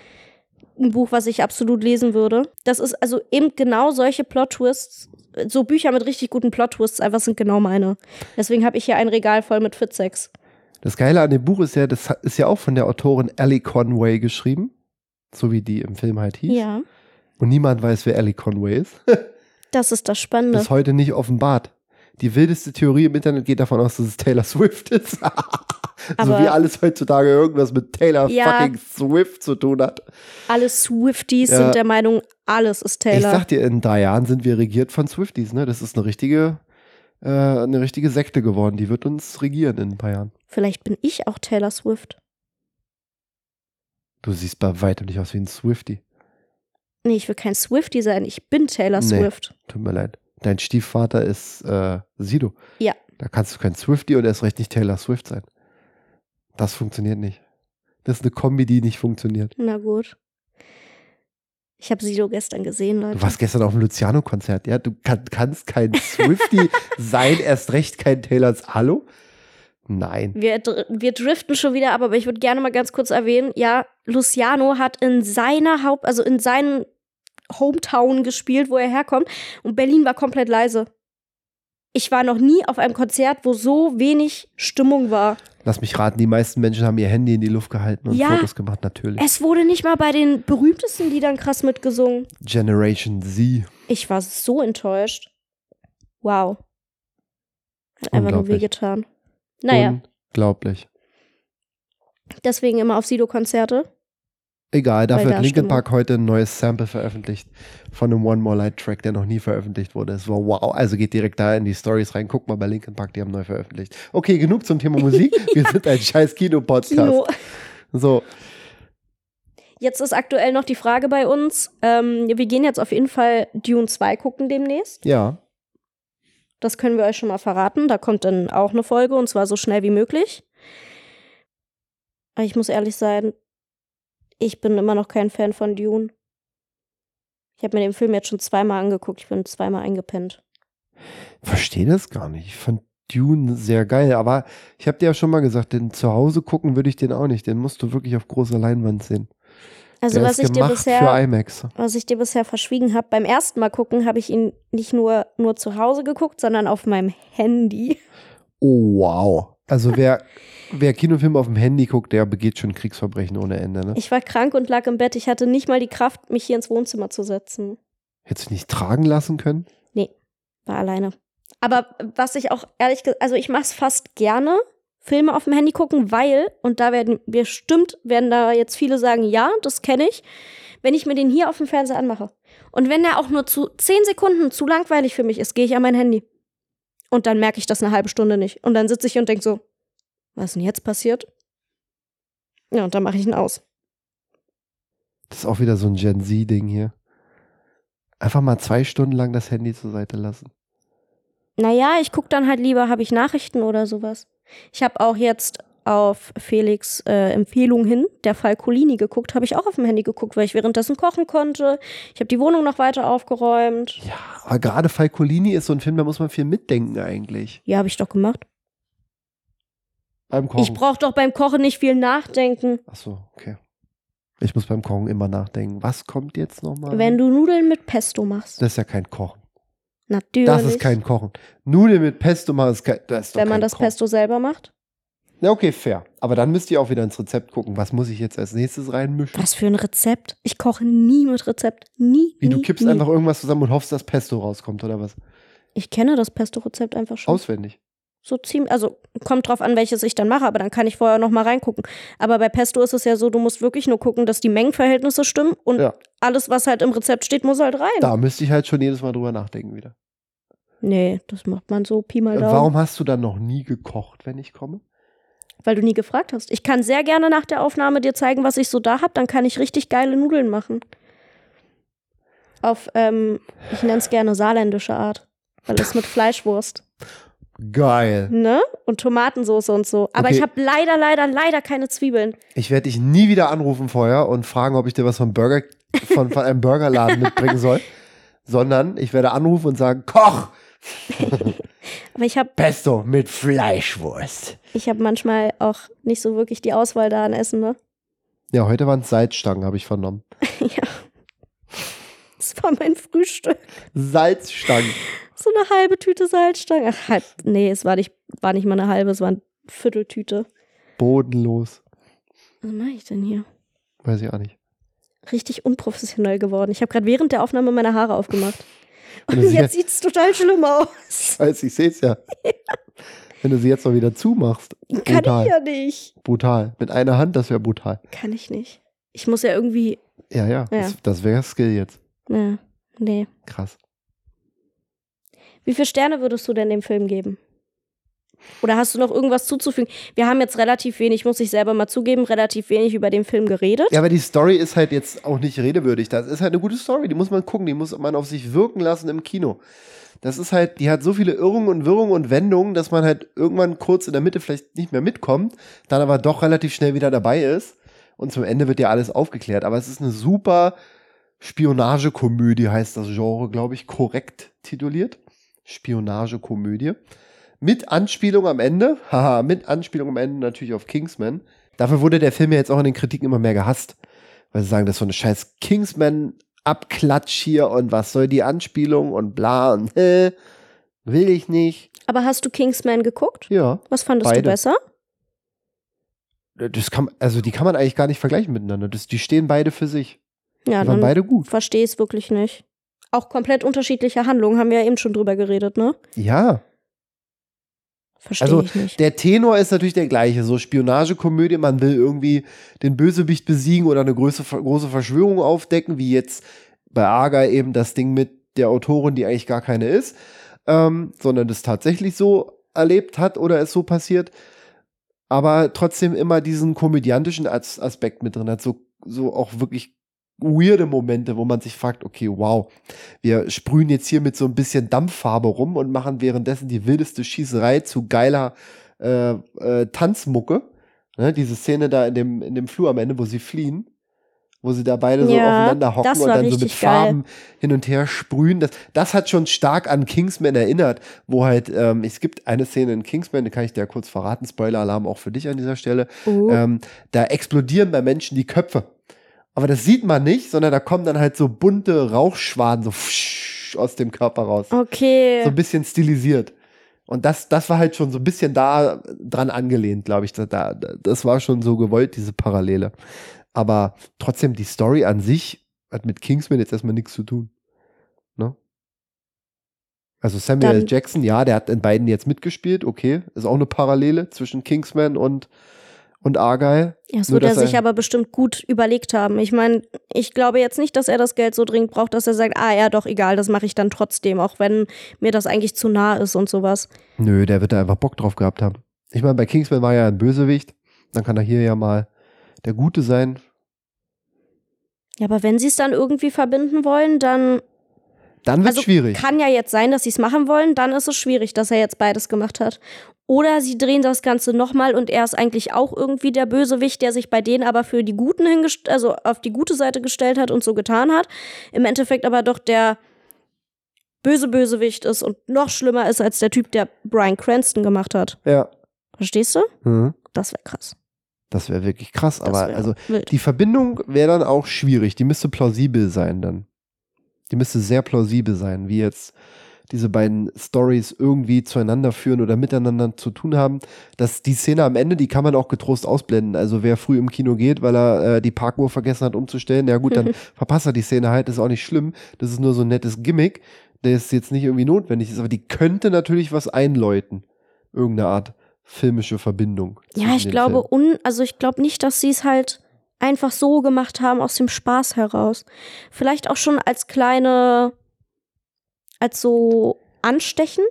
[SPEAKER 1] ein Buch, was ich absolut lesen würde. Das ist also eben genau solche Plot-Twists, so Bücher mit richtig guten Plot-Twists, einfach sind genau meine. Deswegen habe ich hier ein Regal voll mit Fitsex.
[SPEAKER 2] Das Geile an dem Buch ist ja, das ist ja auch von der Autorin Ellie Conway geschrieben. So wie die im Film halt hieß.
[SPEAKER 1] Ja,
[SPEAKER 2] Und niemand weiß, wer Ellie Conway ist.
[SPEAKER 1] das ist das Spannende.
[SPEAKER 2] Bis heute nicht offenbart. Die wildeste Theorie im Internet geht davon aus, dass es Taylor Swift ist. [LAUGHS] so
[SPEAKER 1] Aber-
[SPEAKER 2] wie alles heutzutage irgendwas mit Taylor
[SPEAKER 1] Ja.
[SPEAKER 2] fucking Swift zu tun hat.
[SPEAKER 1] Alle Swifties
[SPEAKER 2] Ja.
[SPEAKER 1] sind der Meinung, alles ist Taylor.
[SPEAKER 2] Ich sag dir, in drei Jahren sind wir regiert von Swifties, ne? Das ist eine richtige, äh, eine richtige Sekte geworden. Die wird uns regieren in ein paar Jahren.
[SPEAKER 1] Vielleicht bin ich auch Taylor Swift.
[SPEAKER 2] Du siehst bei weitem nicht aus wie ein Swifty.
[SPEAKER 1] Nee, ich will kein Swiftie sein, ich bin Taylor
[SPEAKER 2] Nee.
[SPEAKER 1] Swift.
[SPEAKER 2] Tut mir leid. Dein Stiefvater ist äh, Sido.
[SPEAKER 1] Ja.
[SPEAKER 2] Da kannst du kein Swifty und erst recht nicht Taylor Swift sein. Das funktioniert nicht. Das ist eine Kombi, die nicht funktioniert.
[SPEAKER 1] Na gut. Ich habe Sido gestern gesehen, Leute.
[SPEAKER 2] Du warst gestern auf dem Luciano-Konzert, ja? Du kann, kannst
[SPEAKER 1] [LAUGHS]
[SPEAKER 2] kein Swifty sein, erst recht kein Taylors Hallo? Nein.
[SPEAKER 1] Wir, dr- wir driften schon wieder ab, aber ich würde gerne mal ganz kurz erwähnen, ja, Luciano hat in seiner Haupt, also in seinem Hometown gespielt, wo er herkommt, und Berlin war komplett leise. Ich war noch nie auf einem Konzert, wo so wenig Stimmung war.
[SPEAKER 2] Lass mich raten, die meisten Menschen haben ihr Handy in die Luft gehalten und
[SPEAKER 1] Ja.
[SPEAKER 2] Fotos gemacht, natürlich.
[SPEAKER 1] Es wurde nicht mal bei den berühmtesten Liedern krass mitgesungen.
[SPEAKER 2] Generation Z.
[SPEAKER 1] Ich war so enttäuscht. Wow. Hat einfach nur
[SPEAKER 2] Unglaublich.
[SPEAKER 1] wehgetan. Naja,
[SPEAKER 2] Unglaublich.
[SPEAKER 1] deswegen immer auf Sido-Konzerte.
[SPEAKER 2] Egal,
[SPEAKER 1] Bei
[SPEAKER 2] dafür
[SPEAKER 1] der
[SPEAKER 2] hat Linkin
[SPEAKER 1] Stimmung.
[SPEAKER 2] Park heute ein neues Sample veröffentlicht von einem One More Light Track, der noch nie veröffentlicht wurde. Es war wow. Also geht direkt da in die Stories rein. Guck mal bei Linkin Park, die haben neu veröffentlicht. Okay, genug zum
[SPEAKER 1] [LAUGHS]
[SPEAKER 2] Thema Musik. Wir sind ein scheiß Kino-Podcast.
[SPEAKER 1] Kino.
[SPEAKER 2] So,
[SPEAKER 1] Jetzt ist aktuell noch die Frage bei uns. Ähm, wir gehen jetzt auf jeden Fall Dune 2 gucken demnächst.
[SPEAKER 2] ja.
[SPEAKER 1] Das können wir euch schon mal verraten. Da kommt dann auch eine Folge und zwar so schnell wie möglich. Aber ich muss ehrlich sein, ich bin immer noch kein Fan von Dune. Ich habe mir den Film jetzt schon zweimal angeguckt. Ich bin zweimal eingepennt.
[SPEAKER 2] Verstehe das gar nicht. Ich fand Dune sehr geil, aber ich habe dir ja schon mal gesagt, den zu Hause gucken würde ich den auch nicht. Den musst du wirklich auf großer Leinwand sehen.
[SPEAKER 1] Also,
[SPEAKER 2] der
[SPEAKER 1] was
[SPEAKER 2] ist
[SPEAKER 1] ich dir
[SPEAKER 2] gemacht
[SPEAKER 1] bisher.
[SPEAKER 2] für IMAX.
[SPEAKER 1] was ich dir bisher verschwiegen habe. Beim ersten Mal gucken habe ich ihn nicht nur, nur zu Hause geguckt, sondern auf meinem Handy.
[SPEAKER 2] Oh, wow. Also wer, [LAUGHS] wer Kinofilme auf dem Handy guckt, der begeht schon Kriegsverbrechen ohne Ende. Ne?
[SPEAKER 1] Ich war krank und lag im Bett. Ich hatte nicht mal die Kraft, mich hier ins Wohnzimmer zu setzen.
[SPEAKER 2] Hättest du nicht tragen lassen können?
[SPEAKER 1] War alleine. Aber was ich auch ehrlich gesagt, also ich mache es fast gerne, Filme auf dem Handy gucken, weil, und da werden bestimmt, werden da jetzt viele sagen, ja, das kenne ich, wenn ich mir den hier auf dem Fernseher anmache. Und wenn der auch nur zu zehn Sekunden zu langweilig für mich ist, gehe ich an mein Handy. Und dann merke ich das eine halbe Stunde nicht. Und dann sitze ich und denke so, was ist denn jetzt passiert? Ja, und dann mache ich ihn aus.
[SPEAKER 2] Das ist auch wieder so ein Gen Z-Ding hier. Einfach mal zwei Stunden lang das Handy zur Seite lassen.
[SPEAKER 1] Naja, ich gucke dann halt lieber, habe ich Nachrichten oder sowas. Ich habe auch jetzt auf Felix äh, Empfehlung hin, der Fall Colini geguckt, habe ich auch auf dem Handy geguckt, weil ich währenddessen kochen konnte. Ich habe die Wohnung noch weiter aufgeräumt.
[SPEAKER 2] Ja, aber gerade Falcolini ist so ein Film, da muss man viel mitdenken eigentlich.
[SPEAKER 1] Ja, habe ich doch gemacht.
[SPEAKER 2] Beim
[SPEAKER 1] Ich
[SPEAKER 2] Kochen.
[SPEAKER 1] brauche doch beim Kochen nicht viel nachdenken.
[SPEAKER 2] Ach so, okay. Ich muss beim Kochen immer nachdenken. Was kommt jetzt nochmal?
[SPEAKER 1] Wenn du Nudeln mit Pesto machst.
[SPEAKER 2] das ist ja kein Kochen.
[SPEAKER 1] Natürlich.
[SPEAKER 2] Das ist kein Kochen. Nudeln mit Pesto machen ist kein. Das ist doch
[SPEAKER 1] Wenn man
[SPEAKER 2] kein
[SPEAKER 1] das
[SPEAKER 2] Kochen.
[SPEAKER 1] Pesto selber macht.
[SPEAKER 2] Na, okay, fair. Aber dann müsst ihr auch wieder ins Rezept gucken. Was muss ich jetzt als nächstes reinmischen?
[SPEAKER 1] Was für ein Rezept? Ich koche nie mit Rezept. Nie.
[SPEAKER 2] Wie,
[SPEAKER 1] nie,
[SPEAKER 2] du kippst
[SPEAKER 1] nie.
[SPEAKER 2] einfach irgendwas zusammen und hoffst, dass Pesto rauskommt, oder was?
[SPEAKER 1] Ich kenne das Pesto-Rezept einfach schon.
[SPEAKER 2] Auswendig.
[SPEAKER 1] so ziemlich, also kommt drauf an, welches ich dann mache, aber dann kann ich vorher noch mal reingucken. Aber bei Pesto ist es ja so, du musst wirklich nur gucken, dass die Mengenverhältnisse stimmen und
[SPEAKER 2] Ja.
[SPEAKER 1] alles, was halt im Rezept steht, muss halt rein.
[SPEAKER 2] Da müsste ich halt schon jedes Mal drüber nachdenken wieder.
[SPEAKER 1] Nee, das macht man so Pi mal
[SPEAKER 2] Und
[SPEAKER 1] Daumen,
[SPEAKER 2] Äh, warum hast du dann noch nie gekocht, wenn ich komme?
[SPEAKER 1] weil du nie gefragt hast. Ich kann sehr gerne nach der Aufnahme dir zeigen, was ich so da hab, dann kann ich richtig geile Nudeln machen. Auf, ähm, ich nenne es gerne saarländische Art, weil es mit Fleischwurst,
[SPEAKER 2] Geil.
[SPEAKER 1] ne? Und Tomatensauce und so. Aber
[SPEAKER 2] Okay.
[SPEAKER 1] ich habe leider, leider, leider keine Zwiebeln.
[SPEAKER 2] Ich werde dich nie wieder anrufen vorher und fragen, ob ich dir was vom Burger, von, von einem Burgerladen
[SPEAKER 1] [LAUGHS]
[SPEAKER 2] mitbringen soll. Sondern ich werde anrufen und sagen, Koch!
[SPEAKER 1] Aber ich habe
[SPEAKER 2] Pesto mit Fleischwurst.
[SPEAKER 1] Ich habe manchmal auch nicht so wirklich die Auswahl da an Essen, ne?
[SPEAKER 2] Ja, heute waren es Salzstangen, habe ich vernommen.
[SPEAKER 1] ja. Das war mein Frühstück. [LAUGHS]
[SPEAKER 2] Salzstangen.
[SPEAKER 1] So eine halbe Tüte Salzstangen. Ach, halb. Nee, es war nicht, war nicht mal eine halbe, es war eine Vierteltüte.
[SPEAKER 2] Bodenlos.
[SPEAKER 1] Was mache ich denn hier?
[SPEAKER 2] Weiß ich auch nicht.
[SPEAKER 1] Richtig unprofessionell geworden. Ich habe gerade während der Aufnahme meine Haare aufgemacht.
[SPEAKER 2] [LAUGHS] Wenn
[SPEAKER 1] Und
[SPEAKER 2] du sie
[SPEAKER 1] jetzt sieht's total schlimm aus.
[SPEAKER 2] Weiß Also, ich, sehe
[SPEAKER 1] [LAUGHS]
[SPEAKER 2] es ja. Wenn du sie jetzt mal wieder zumachst.
[SPEAKER 1] Kann
[SPEAKER 2] Brutal.
[SPEAKER 1] ich ja nicht.
[SPEAKER 2] Brutal. Mit einer Hand, das wäre brutal.
[SPEAKER 1] Kann ich nicht. Ich muss ja irgendwie.
[SPEAKER 2] Ja, ja. Das, das wäre Skill jetzt.
[SPEAKER 1] Ja, nee.
[SPEAKER 2] Krass.
[SPEAKER 1] Wie viele Sterne würdest du denn dem Film geben? Oder hast du noch irgendwas zuzufügen? Wir haben jetzt relativ wenig, muss ich selber mal zugeben, relativ wenig über den Film geredet.
[SPEAKER 2] Ja, aber die Story ist halt jetzt auch nicht redewürdig. Das ist halt eine gute Story. Die muss man gucken. Die muss man auf sich wirken lassen im Kino. Das ist halt, die hat so viele Irrungen und Wirrungen und Wendungen, dass man halt irgendwann kurz in der Mitte vielleicht nicht mehr mitkommt, dann aber doch relativ schnell wieder dabei ist. Und zum Ende wird ja alles aufgeklärt. Aber es ist eine super Spionagekomödie, heißt das Genre, glaube ich, korrekt tituliert. Spionagekomödie. Mit Anspielung am Ende, [LAUGHS] haha, mit Anspielung am Ende natürlich auf Kingsman. Dafür wurde der Film ja jetzt auch in den Kritiken immer mehr gehasst, weil sie sagen, das ist so eine scheiß Kingsman-Abklatsch hier und was soll die Anspielung und bla und äh, will ich nicht.
[SPEAKER 1] Aber hast du Kingsman geguckt?
[SPEAKER 2] Ja,
[SPEAKER 1] Was fandest
[SPEAKER 2] Beide.
[SPEAKER 1] du besser?
[SPEAKER 2] das kann, also die kann man eigentlich gar nicht vergleichen miteinander. Das, die stehen beide für sich.
[SPEAKER 1] Ja,
[SPEAKER 2] Die waren
[SPEAKER 1] dann
[SPEAKER 2] beide gut.
[SPEAKER 1] verstehe ich es wirklich nicht. Auch komplett unterschiedliche Handlungen, haben wir ja eben schon drüber geredet, ne?
[SPEAKER 2] Ja.
[SPEAKER 1] Verstehe
[SPEAKER 2] Also,
[SPEAKER 1] ich nicht.
[SPEAKER 2] Der Tenor ist natürlich der gleiche. So Spionagekomödie, man will irgendwie den Bösewicht besiegen oder eine große, große Verschwörung aufdecken, wie jetzt bei Arga eben das Ding mit der Autorin, die eigentlich gar keine ist, ähm, sondern das tatsächlich so erlebt hat oder es so passiert. Aber trotzdem immer diesen komödiantischen As Aspekt mit drin hat. So, so auch wirklich weirde Momente, wo man sich fragt, okay, wow, wir sprühen jetzt hier mit so ein bisschen Dampffarbe rum und machen währenddessen die wildeste Schießerei zu geiler äh, äh, Tanzmucke. Ne, diese Szene da in dem, in dem Flur am Ende, wo sie fliehen, wo sie da beide so
[SPEAKER 1] Ja,
[SPEAKER 2] aufeinander hocken
[SPEAKER 1] das
[SPEAKER 2] und
[SPEAKER 1] war
[SPEAKER 2] dann so mit
[SPEAKER 1] richtig geil.
[SPEAKER 2] Farben hin und her sprühen. Das, das hat schon stark an Kingsman erinnert, wo halt, ähm, es gibt eine Szene in Kingsman, die kann ich dir kurz verraten, Spoiler-Alarm auch für dich an dieser Stelle,
[SPEAKER 1] oh.
[SPEAKER 2] ähm, da explodieren bei Menschen die Köpfe. Aber das sieht man nicht, sondern da kommen dann halt so bunte Rauchschwaden so fsch aus dem Körper raus.
[SPEAKER 1] okay.
[SPEAKER 2] So ein bisschen stilisiert. Und das, das war halt schon so ein bisschen da dran angelehnt, glaube ich. Da, da, das war schon so gewollt, diese Parallele. Aber trotzdem, die Story an sich hat mit Kingsman jetzt erstmal nichts zu tun. Ne? Also Samuel
[SPEAKER 1] Dann-
[SPEAKER 2] L. Jackson, ja, der hat in beiden jetzt mitgespielt, okay. Ist auch eine Parallele zwischen Kingsman und, und Argyle.
[SPEAKER 1] ja, das
[SPEAKER 2] nur,
[SPEAKER 1] wird er
[SPEAKER 2] dass er-
[SPEAKER 1] sich aber bestimmt gut überlegt haben. Ich meine, ich glaube jetzt nicht, dass er das Geld so dringend braucht, dass er sagt, ah ja, doch, egal, das mache ich dann trotzdem, auch wenn mir das eigentlich zu nah ist und sowas.
[SPEAKER 2] Nö, der wird da einfach Bock drauf gehabt haben. Ich meine, bei Kingsman war ja ein Bösewicht. Dann kann er hier ja mal der Gute sein.
[SPEAKER 1] Ja, aber wenn sie es dann irgendwie verbinden wollen, dann
[SPEAKER 2] Dann wird's
[SPEAKER 1] Also
[SPEAKER 2] schwierig.
[SPEAKER 1] Kann ja jetzt sein, dass sie es machen wollen, dann ist es schwierig, dass er jetzt beides gemacht hat. Oder sie drehen das Ganze nochmal und er ist eigentlich auch irgendwie der Bösewicht, der sich bei denen aber für die Guten hingest- also auf die gute Seite gestellt hat und so getan hat. Im Endeffekt aber doch der böse Bösewicht ist und noch schlimmer ist als der Typ, der Brian Cranston gemacht hat.
[SPEAKER 2] Ja.
[SPEAKER 1] Verstehst du?
[SPEAKER 2] Hm.
[SPEAKER 1] Das wäre krass.
[SPEAKER 2] Das wäre wirklich krass.
[SPEAKER 1] Mhm. Das
[SPEAKER 2] Aber
[SPEAKER 1] wär
[SPEAKER 2] also
[SPEAKER 1] wild.
[SPEAKER 2] die Verbindung wäre dann auch schwierig. Die müsste plausibel sein dann. Die müsste sehr plausibel sein, wie jetzt diese beiden Stories irgendwie zueinander führen oder miteinander zu tun haben, dass die Szene am Ende, die kann man auch getrost ausblenden. Also wer früh im Kino geht, weil er äh, die Parkuhr vergessen hat umzustellen,
[SPEAKER 1] [LAUGHS]
[SPEAKER 2] ja gut, dann verpasst er die Szene halt, ist auch nicht schlimm. Das ist nur so ein nettes Gimmick, der ist jetzt nicht irgendwie notwendig ist, aber die könnte natürlich was einläuten. Irgendeine Art filmische Verbindung.
[SPEAKER 1] Ja,
[SPEAKER 2] zwischen
[SPEAKER 1] ich
[SPEAKER 2] den
[SPEAKER 1] glaube,
[SPEAKER 2] Filmen.
[SPEAKER 1] un, also ich glaube nicht, dass sie es halt einfach so gemacht haben aus dem Spaß heraus. Vielleicht auch schon als kleine, als so Anstechen,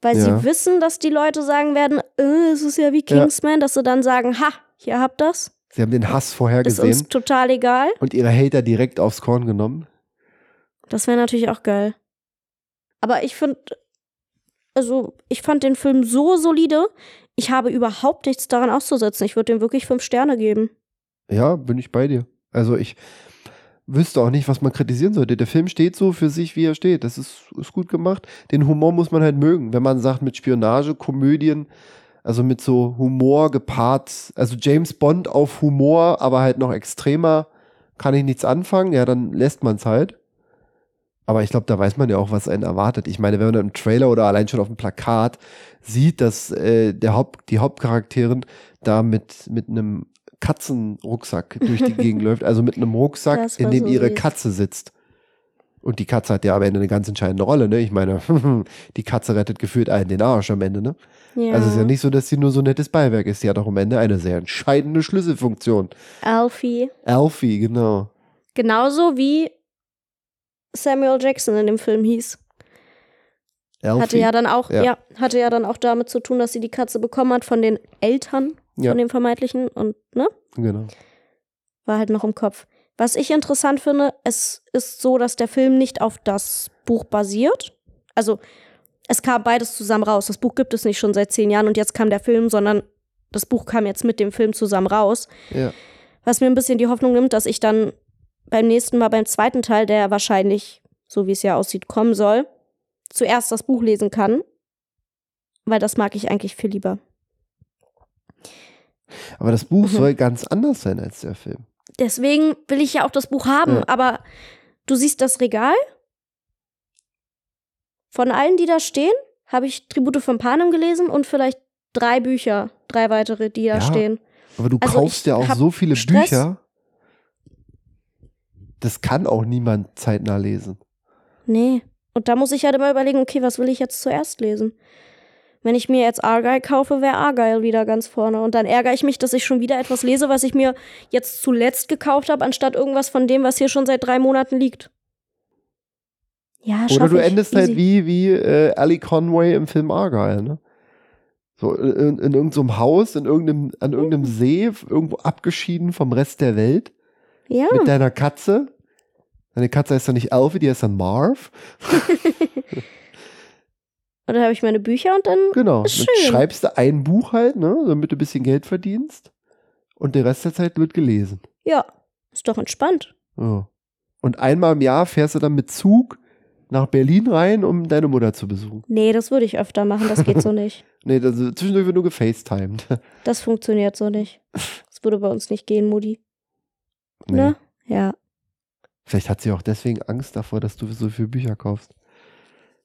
[SPEAKER 1] weil
[SPEAKER 2] Ja.
[SPEAKER 1] sie wissen, dass die Leute sagen werden, äh, es ist ja wie
[SPEAKER 2] Ja.
[SPEAKER 1] Kingsman, dass sie dann sagen, ha, hier habt das,
[SPEAKER 2] Sie haben den Hass
[SPEAKER 1] ist
[SPEAKER 2] vorhergesehen.
[SPEAKER 1] uns total egal.
[SPEAKER 2] und ihre Hater direkt aufs Korn genommen.
[SPEAKER 1] Das wäre natürlich auch geil. Aber ich finde, also ich fand den Film so solide, ich habe überhaupt nichts daran auszusetzen. Ich würde dem wirklich fünf Sterne geben.
[SPEAKER 2] Ja, bin ich bei dir. Also ich wüsste auch nicht, was man kritisieren sollte. Der Film steht so für sich, wie er steht. Das ist, ist gut gemacht. Den Humor muss man halt mögen. Wenn man sagt, mit Spionage, Komödien, also mit so Humor gepaart, also James Bond auf Humor, aber halt noch extremer, kann ich nichts anfangen, ja, dann lässt man es halt. Aber ich glaube, da weiß man ja auch, was einen erwartet. Ich meine, wenn man im Trailer oder allein schon auf dem Plakat sieht, dass äh, der Haupt, die Hauptcharakterin da mit, mit einem Katzenrucksack durch
[SPEAKER 1] [LAUGHS]
[SPEAKER 2] die Gegend läuft, also mit einem Rucksack,
[SPEAKER 1] Das war
[SPEAKER 2] in dem
[SPEAKER 1] so
[SPEAKER 2] ihre
[SPEAKER 1] süß.
[SPEAKER 2] Katze sitzt. Und die Katze hat ja am Ende eine ganz entscheidende Rolle, ne? Ich meine, [LAUGHS] die Katze rettet gefühlt allen den Arsch am Ende, ne?
[SPEAKER 1] Ja.
[SPEAKER 2] Also es ist ja nicht so, dass sie nur so ein nettes Beiwerk ist. Sie hat auch am Ende eine sehr entscheidende Schlüsselfunktion.
[SPEAKER 1] Alfie.
[SPEAKER 2] Alfie, genau.
[SPEAKER 1] Genauso wie Samuel Jackson in dem Film hieß.
[SPEAKER 2] Alfie.
[SPEAKER 1] Hatte ja dann auch,
[SPEAKER 2] Ja.
[SPEAKER 1] ja. hatte ja dann auch damit zu tun, dass sie die Katze bekommen hat von den Eltern,
[SPEAKER 2] Ja.
[SPEAKER 1] von den vermeintlichen und ne,
[SPEAKER 2] genau.
[SPEAKER 1] war halt noch im Kopf. Was ich interessant finde, es ist so, dass der Film nicht auf das Buch basiert. Also es kam beides zusammen raus. Das Buch gibt es nicht schon seit zehn Jahren und jetzt kam der Film, sondern das Buch kam jetzt mit dem Film zusammen raus.
[SPEAKER 2] Ja.
[SPEAKER 1] Was mir ein bisschen die Hoffnung nimmt, dass ich dann beim nächsten Mal, beim zweiten Teil, der wahrscheinlich, so wie es ja aussieht, kommen soll, zuerst das Buch lesen kann. Weil das mag ich eigentlich viel lieber.
[SPEAKER 2] Aber das Buch
[SPEAKER 1] Mhm.
[SPEAKER 2] soll ganz anders sein als der Film.
[SPEAKER 1] Deswegen will ich ja auch das Buch haben,
[SPEAKER 2] Ja.
[SPEAKER 1] aber du siehst das Regal. Von allen, die da stehen, habe ich Tribute von Panem gelesen und vielleicht drei Bücher, drei weitere, die da
[SPEAKER 2] Ja.
[SPEAKER 1] stehen.
[SPEAKER 2] Aber du
[SPEAKER 1] Also
[SPEAKER 2] kaufst
[SPEAKER 1] ich
[SPEAKER 2] ja auch
[SPEAKER 1] hab
[SPEAKER 2] so viele
[SPEAKER 1] Stress.
[SPEAKER 2] Bücher. Das kann auch niemand zeitnah lesen.
[SPEAKER 1] Nee. Und da muss ich halt immer überlegen, okay, was will ich jetzt zuerst lesen? Wenn ich mir jetzt Argyle kaufe, wäre Argyle wieder ganz vorne. Und dann ärgere ich mich, dass ich schon wieder etwas lese, was ich mir jetzt zuletzt gekauft habe, anstatt irgendwas von dem, was hier schon seit drei Monaten liegt. Ja,
[SPEAKER 2] Oder
[SPEAKER 1] schaff
[SPEAKER 2] du
[SPEAKER 1] ich.
[SPEAKER 2] endest
[SPEAKER 1] Easy.
[SPEAKER 2] halt wie, wie äh, Ali Conway im Film Argyle, ne? So in, in irgendeinem Haus, in irgendeinem, an irgendeinem
[SPEAKER 1] Mhm.
[SPEAKER 2] See, irgendwo abgeschieden vom Rest der Welt.
[SPEAKER 1] Ja.
[SPEAKER 2] mit deiner Katze. Deine Katze heißt dann nicht Alfie, die heißt
[SPEAKER 1] [LAUGHS]
[SPEAKER 2] dann Marv.
[SPEAKER 1] Und dann habe ich meine Bücher und dann.
[SPEAKER 2] Genau.
[SPEAKER 1] Ist
[SPEAKER 2] Dann
[SPEAKER 1] schön.
[SPEAKER 2] schreibst du ein Buch halt, ne, damit du ein bisschen Geld verdienst. Und der Rest der Zeit wird gelesen.
[SPEAKER 1] Ja, ist doch entspannt.
[SPEAKER 2] Ja. Und einmal im Jahr fährst du dann mit Zug nach Berlin rein, um deine Mutter zu besuchen.
[SPEAKER 1] Nee, das würde ich öfter machen, das
[SPEAKER 2] [LAUGHS]
[SPEAKER 1] geht so nicht.
[SPEAKER 2] Nee, also zwischendurch wird nur gefacetimed. [LAUGHS]
[SPEAKER 1] Das funktioniert so nicht. Das würde bei uns nicht gehen, Mutti.
[SPEAKER 2] Nee.
[SPEAKER 1] Ne? Ja.
[SPEAKER 2] Vielleicht hat sie auch deswegen Angst davor, dass du so viele Bücher kaufst.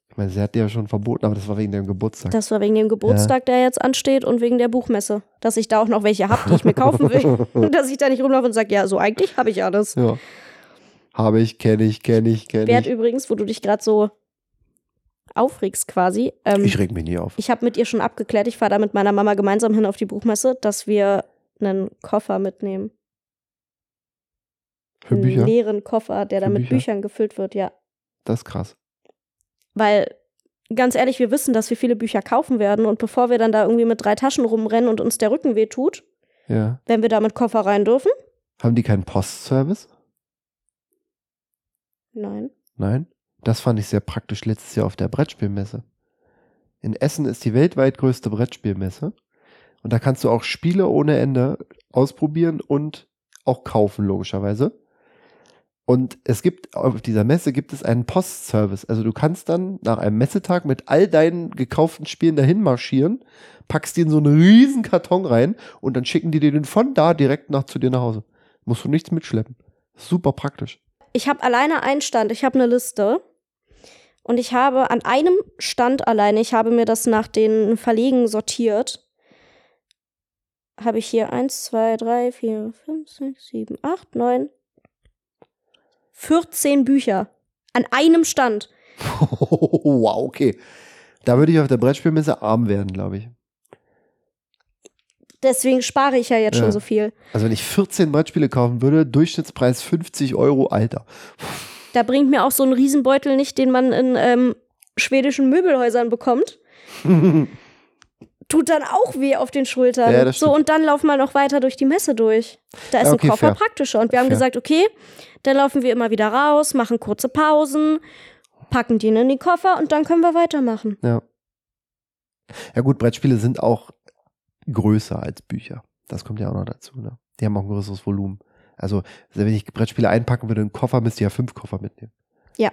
[SPEAKER 2] Ich meine, sie hat dir ja schon verboten, aber das war wegen deinem Geburtstag.
[SPEAKER 1] Das war wegen dem Geburtstag, der jetzt ansteht und wegen der Buchmesse. Dass ich da auch noch welche habe, die ich mir kaufen
[SPEAKER 2] [LAUGHS]
[SPEAKER 1] will. [LAUGHS] Und dass ich da nicht rumlaufe und sage, ja, so eigentlich habe ich alles.
[SPEAKER 2] ja. Habe ich, kenne ich, kenne ich, kenne
[SPEAKER 1] Wert
[SPEAKER 2] ich.
[SPEAKER 1] übrigens, wo du dich gerade so aufregst quasi. Ähm,
[SPEAKER 2] Ich reg mich nie auf.
[SPEAKER 1] Ich habe mit ihr schon abgeklärt, ich fahre da mit meiner Mama gemeinsam hin auf die Buchmesse, dass wir einen Koffer mitnehmen.
[SPEAKER 2] Für
[SPEAKER 1] einen
[SPEAKER 2] Bücher?
[SPEAKER 1] leeren Koffer, der
[SPEAKER 2] Für
[SPEAKER 1] dann mit
[SPEAKER 2] Bücher?
[SPEAKER 1] Büchern gefüllt wird, ja.
[SPEAKER 2] Das ist krass.
[SPEAKER 1] Weil, ganz ehrlich, wir wissen, dass wir viele Bücher kaufen werden und bevor wir dann da irgendwie mit drei Taschen rumrennen und uns der Rücken wehtut,
[SPEAKER 2] Ja.
[SPEAKER 1] wenn wir da mit Koffer rein dürfen.
[SPEAKER 2] Haben die keinen Postservice?
[SPEAKER 1] Nein.
[SPEAKER 2] Nein. Das fand ich sehr praktisch letztes Jahr auf der Brettspielmesse. In Essen ist die weltweit größte Brettspielmesse. Und da kannst du auch Spiele ohne Ende ausprobieren und auch kaufen, logischerweise. Und es gibt, auf dieser Messe gibt es einen Postservice. Also du kannst dann nach einem Messetag mit all deinen gekauften Spielen dahin marschieren, packst die in so einen riesen Karton rein und dann schicken die dir den von da direkt nach zu dir nach Hause. Musst du nichts mitschleppen. Super praktisch.
[SPEAKER 1] Ich habe alleine einen Stand, ich habe eine Liste. Und ich habe an einem Stand alleine, ich habe mir das nach den Verlegen sortiert, habe ich hier 1, 2, 3, 4, 5, 6, 7, 8, 9, 14 Bücher. An einem Stand.
[SPEAKER 2] [LAUGHS] wow, okay. Da würde ich auf der Brettspielmesse arm werden, glaube ich.
[SPEAKER 1] Deswegen spare ich ja jetzt
[SPEAKER 2] Ja.
[SPEAKER 1] schon so viel.
[SPEAKER 2] Also wenn ich 14 Brettspiele kaufen würde, Durchschnittspreis 50 Euro, Alter.
[SPEAKER 1] Da bringt mir auch so ein Riesenbeutel nicht, den man in ähm, schwedischen Möbelhäusern bekommt. Tut dann auch weh auf den Schultern.
[SPEAKER 2] Ja, das
[SPEAKER 1] so,
[SPEAKER 2] stimmt.
[SPEAKER 1] und dann laufen wir noch weiter durch die Messe durch. Da ist
[SPEAKER 2] Ja, okay,
[SPEAKER 1] ein Koffer
[SPEAKER 2] fair.
[SPEAKER 1] praktischer. Und wir haben
[SPEAKER 2] Fair.
[SPEAKER 1] gesagt, okay, dann laufen wir immer wieder raus, machen kurze Pausen, packen die in die Koffer und dann können wir weitermachen.
[SPEAKER 2] Ja. Ja gut, Brettspiele sind auch größer als Bücher. Das kommt ja auch noch dazu. Ne? Die haben auch ein größeres Volumen. Also wenn ich Brettspiele einpacken würde in einen Koffer, müsste ich ja fünf Koffer mitnehmen.
[SPEAKER 1] Ja.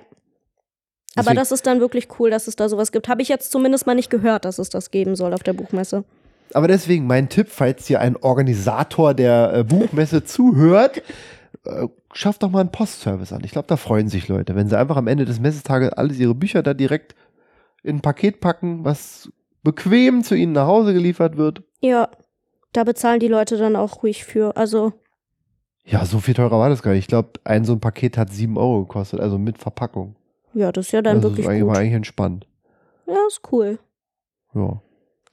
[SPEAKER 1] Aber
[SPEAKER 2] Deswegen-
[SPEAKER 1] das ist dann wirklich cool, dass es da sowas gibt. Habe ich jetzt zumindest mal nicht gehört, dass es das geben soll auf der Buchmesse.
[SPEAKER 2] Aber deswegen mein Tipp, falls hier ein Organisator der äh, Buchmesse zuhört, äh, schafft doch mal einen Postservice an. Ich glaube, da freuen sich Leute, wenn sie einfach am Ende des Messetages alles ihre Bücher da direkt in ein Paket packen, was bequem zu ihnen nach Hause geliefert wird.
[SPEAKER 1] Ja, da bezahlen die Leute dann auch ruhig für. Also,
[SPEAKER 2] Ja, so viel teurer war das gar nicht. Ich glaube, ein so ein Paket hat 7 Euro gekostet, also mit Verpackung.
[SPEAKER 1] ja, das ist ja dann
[SPEAKER 2] also
[SPEAKER 1] wirklich
[SPEAKER 2] das war
[SPEAKER 1] gut.
[SPEAKER 2] eigentlich entspannt.
[SPEAKER 1] Ja, ist cool.
[SPEAKER 2] Ja.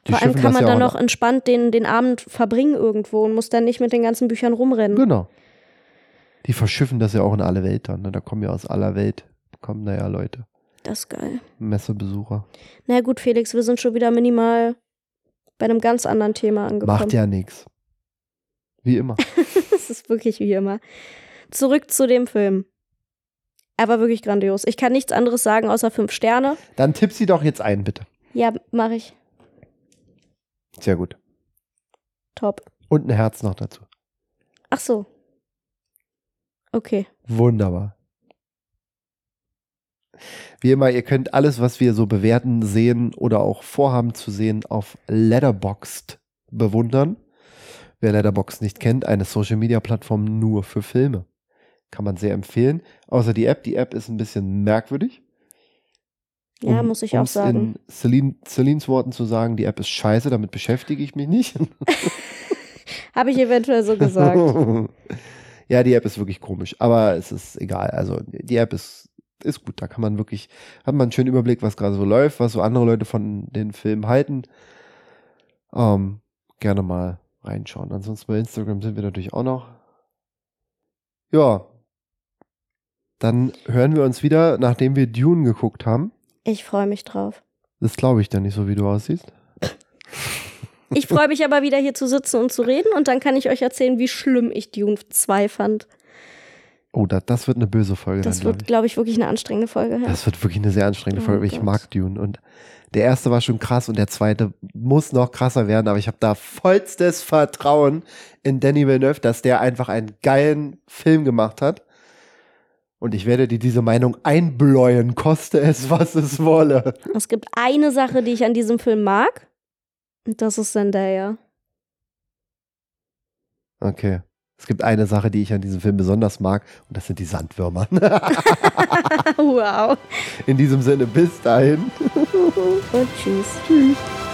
[SPEAKER 2] Die
[SPEAKER 1] Vor allem
[SPEAKER 2] schiffen
[SPEAKER 1] kann
[SPEAKER 2] das
[SPEAKER 1] man
[SPEAKER 2] ja
[SPEAKER 1] dann
[SPEAKER 2] auch
[SPEAKER 1] noch entspannt den, den Abend verbringen irgendwo und muss dann nicht mit den ganzen Büchern rumrennen.
[SPEAKER 2] Genau. Die verschiffen das ja auch in alle Welt dann. Ne? Da kommen ja aus aller Welt, kommen da ja Leute.
[SPEAKER 1] Das ist geil.
[SPEAKER 2] Messebesucher.
[SPEAKER 1] Na gut, Felix, wir sind schon wieder minimal bei einem ganz anderen Thema angekommen.
[SPEAKER 2] Macht ja nichts. Wie immer.
[SPEAKER 1] [LAUGHS] Das ist wirklich wie immer. Zurück zu dem Film. Er war wirklich grandios. Ich kann nichts anderes sagen außer fünf Sterne.
[SPEAKER 2] Dann tipp sie doch jetzt ein, bitte.
[SPEAKER 1] Ja, mache ich.
[SPEAKER 2] Sehr gut.
[SPEAKER 1] Top.
[SPEAKER 2] Und ein Herz noch dazu.
[SPEAKER 1] Ach so. Okay.
[SPEAKER 2] Wunderbar. Wie immer, ihr könnt alles, was wir so bewerten, sehen oder auch vorhaben zu sehen, auf Letterboxd bewundern. Wer Letterboxd nicht kennt, eine Social-Media-Plattform nur für Filme. Kann man sehr empfehlen. Außer die App. Die App ist ein bisschen merkwürdig.
[SPEAKER 1] Ja,
[SPEAKER 2] Um-
[SPEAKER 1] muss ich auch
[SPEAKER 2] um's
[SPEAKER 1] sagen.
[SPEAKER 2] In Celine, Celines Worten zu sagen, die App ist scheiße, damit beschäftige ich mich nicht. [LAUGHS]
[SPEAKER 1] Habe ich eventuell so gesagt.
[SPEAKER 2] [LAUGHS] ja, die App ist wirklich komisch, aber es ist egal. Also die App ist, ist gut. Da kann man wirklich, hat man einen schönen Überblick, was gerade so läuft, was so andere Leute von den Filmen halten. Ähm, gerne mal reinschauen. Ansonsten bei Instagram sind wir natürlich auch noch. Ja. Dann hören wir uns wieder, nachdem wir Dune geguckt haben.
[SPEAKER 1] Ich freue mich drauf.
[SPEAKER 2] Das glaube ich dann nicht, so wie du aussiehst.
[SPEAKER 1] Ich freue mich aber wieder hier zu sitzen und zu reden und dann kann ich euch erzählen, wie schlimm ich Dune 2 fand.
[SPEAKER 2] Oh, das, das wird eine böse Folge
[SPEAKER 1] Das
[SPEAKER 2] dann, glaub
[SPEAKER 1] wird,
[SPEAKER 2] ich.
[SPEAKER 1] glaube ich, wirklich eine anstrengende Folge. Ja.
[SPEAKER 2] Das wird wirklich eine sehr anstrengende
[SPEAKER 1] Oh
[SPEAKER 2] Folge. weil Ich
[SPEAKER 1] Gott.
[SPEAKER 2] mag Dune. Und der erste war schon krass und der zweite muss noch krasser werden. Aber ich habe da vollstes Vertrauen in Danny Villeneuve, dass der einfach einen geilen Film gemacht hat. Und ich werde dir diese Meinung einbläuen, koste es, was es wolle.
[SPEAKER 1] Es gibt eine Sache, die ich an diesem Film mag. Und das ist Zendaya.
[SPEAKER 2] Okay. Es gibt eine Sache, die ich an diesem Film besonders mag, und das sind die Sandwürmer. [LAUGHS]
[SPEAKER 1] wow.
[SPEAKER 2] In diesem Sinne, bis dahin.
[SPEAKER 1] Und tschüss. Tschüss.